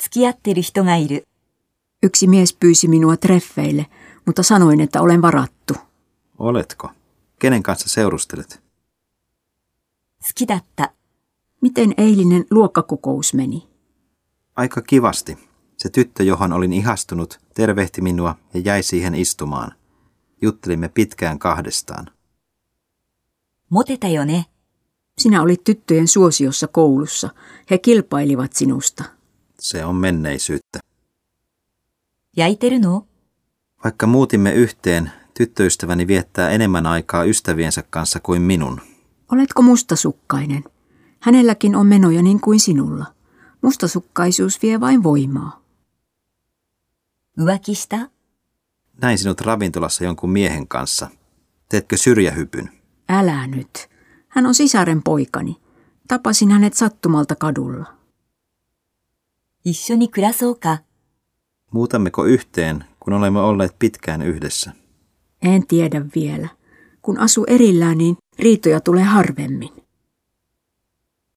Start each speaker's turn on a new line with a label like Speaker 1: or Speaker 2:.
Speaker 1: 付き合ってる人がいる。
Speaker 2: Yksi mies pyysi minua treffeille, mutta sanoin, että olen varattu.
Speaker 3: Oletko? Kenen kanssa seurustelet?
Speaker 1: 好きだった。
Speaker 2: Miten eilinen luokkakokous meni?
Speaker 3: Aika kivasti. Se tyttö, johon olin ihastunut, tervehti minua ja jäi siihen istumaan. Juttelimme pitkään kahdestaan.
Speaker 1: モテたよね。
Speaker 2: Sinä olit tyttöjen suosiossa koulussa. He kilpailivat sinusta.
Speaker 3: Se on menneisyyttä.
Speaker 1: 焼いてるの
Speaker 3: Vaikka muutimme yhteen, tyttöystäväni viettää enemmän aikaa ystäviensä kanssa kuin minun.
Speaker 2: Oletko mustasukkainen? Hänelläkin on menoja niin kuin sinulla. Mustasukkaisuus vie vain voimaa.
Speaker 1: 浮気した
Speaker 3: Näin sinut ravintolassa jonkun miehen kanssa. Teetkö syrjähypyn?
Speaker 2: Älä nyt. Hän on sisaren poikani. Tapasin hänet sattumalta kadulla.
Speaker 1: 一緒に暮らそうか。
Speaker 3: Muutammeko yhteen, kun olemme olleet pitkään yhdessä?
Speaker 2: En tiedä vielä. Kun asu erillään, niin riitoja tulee harvemmin.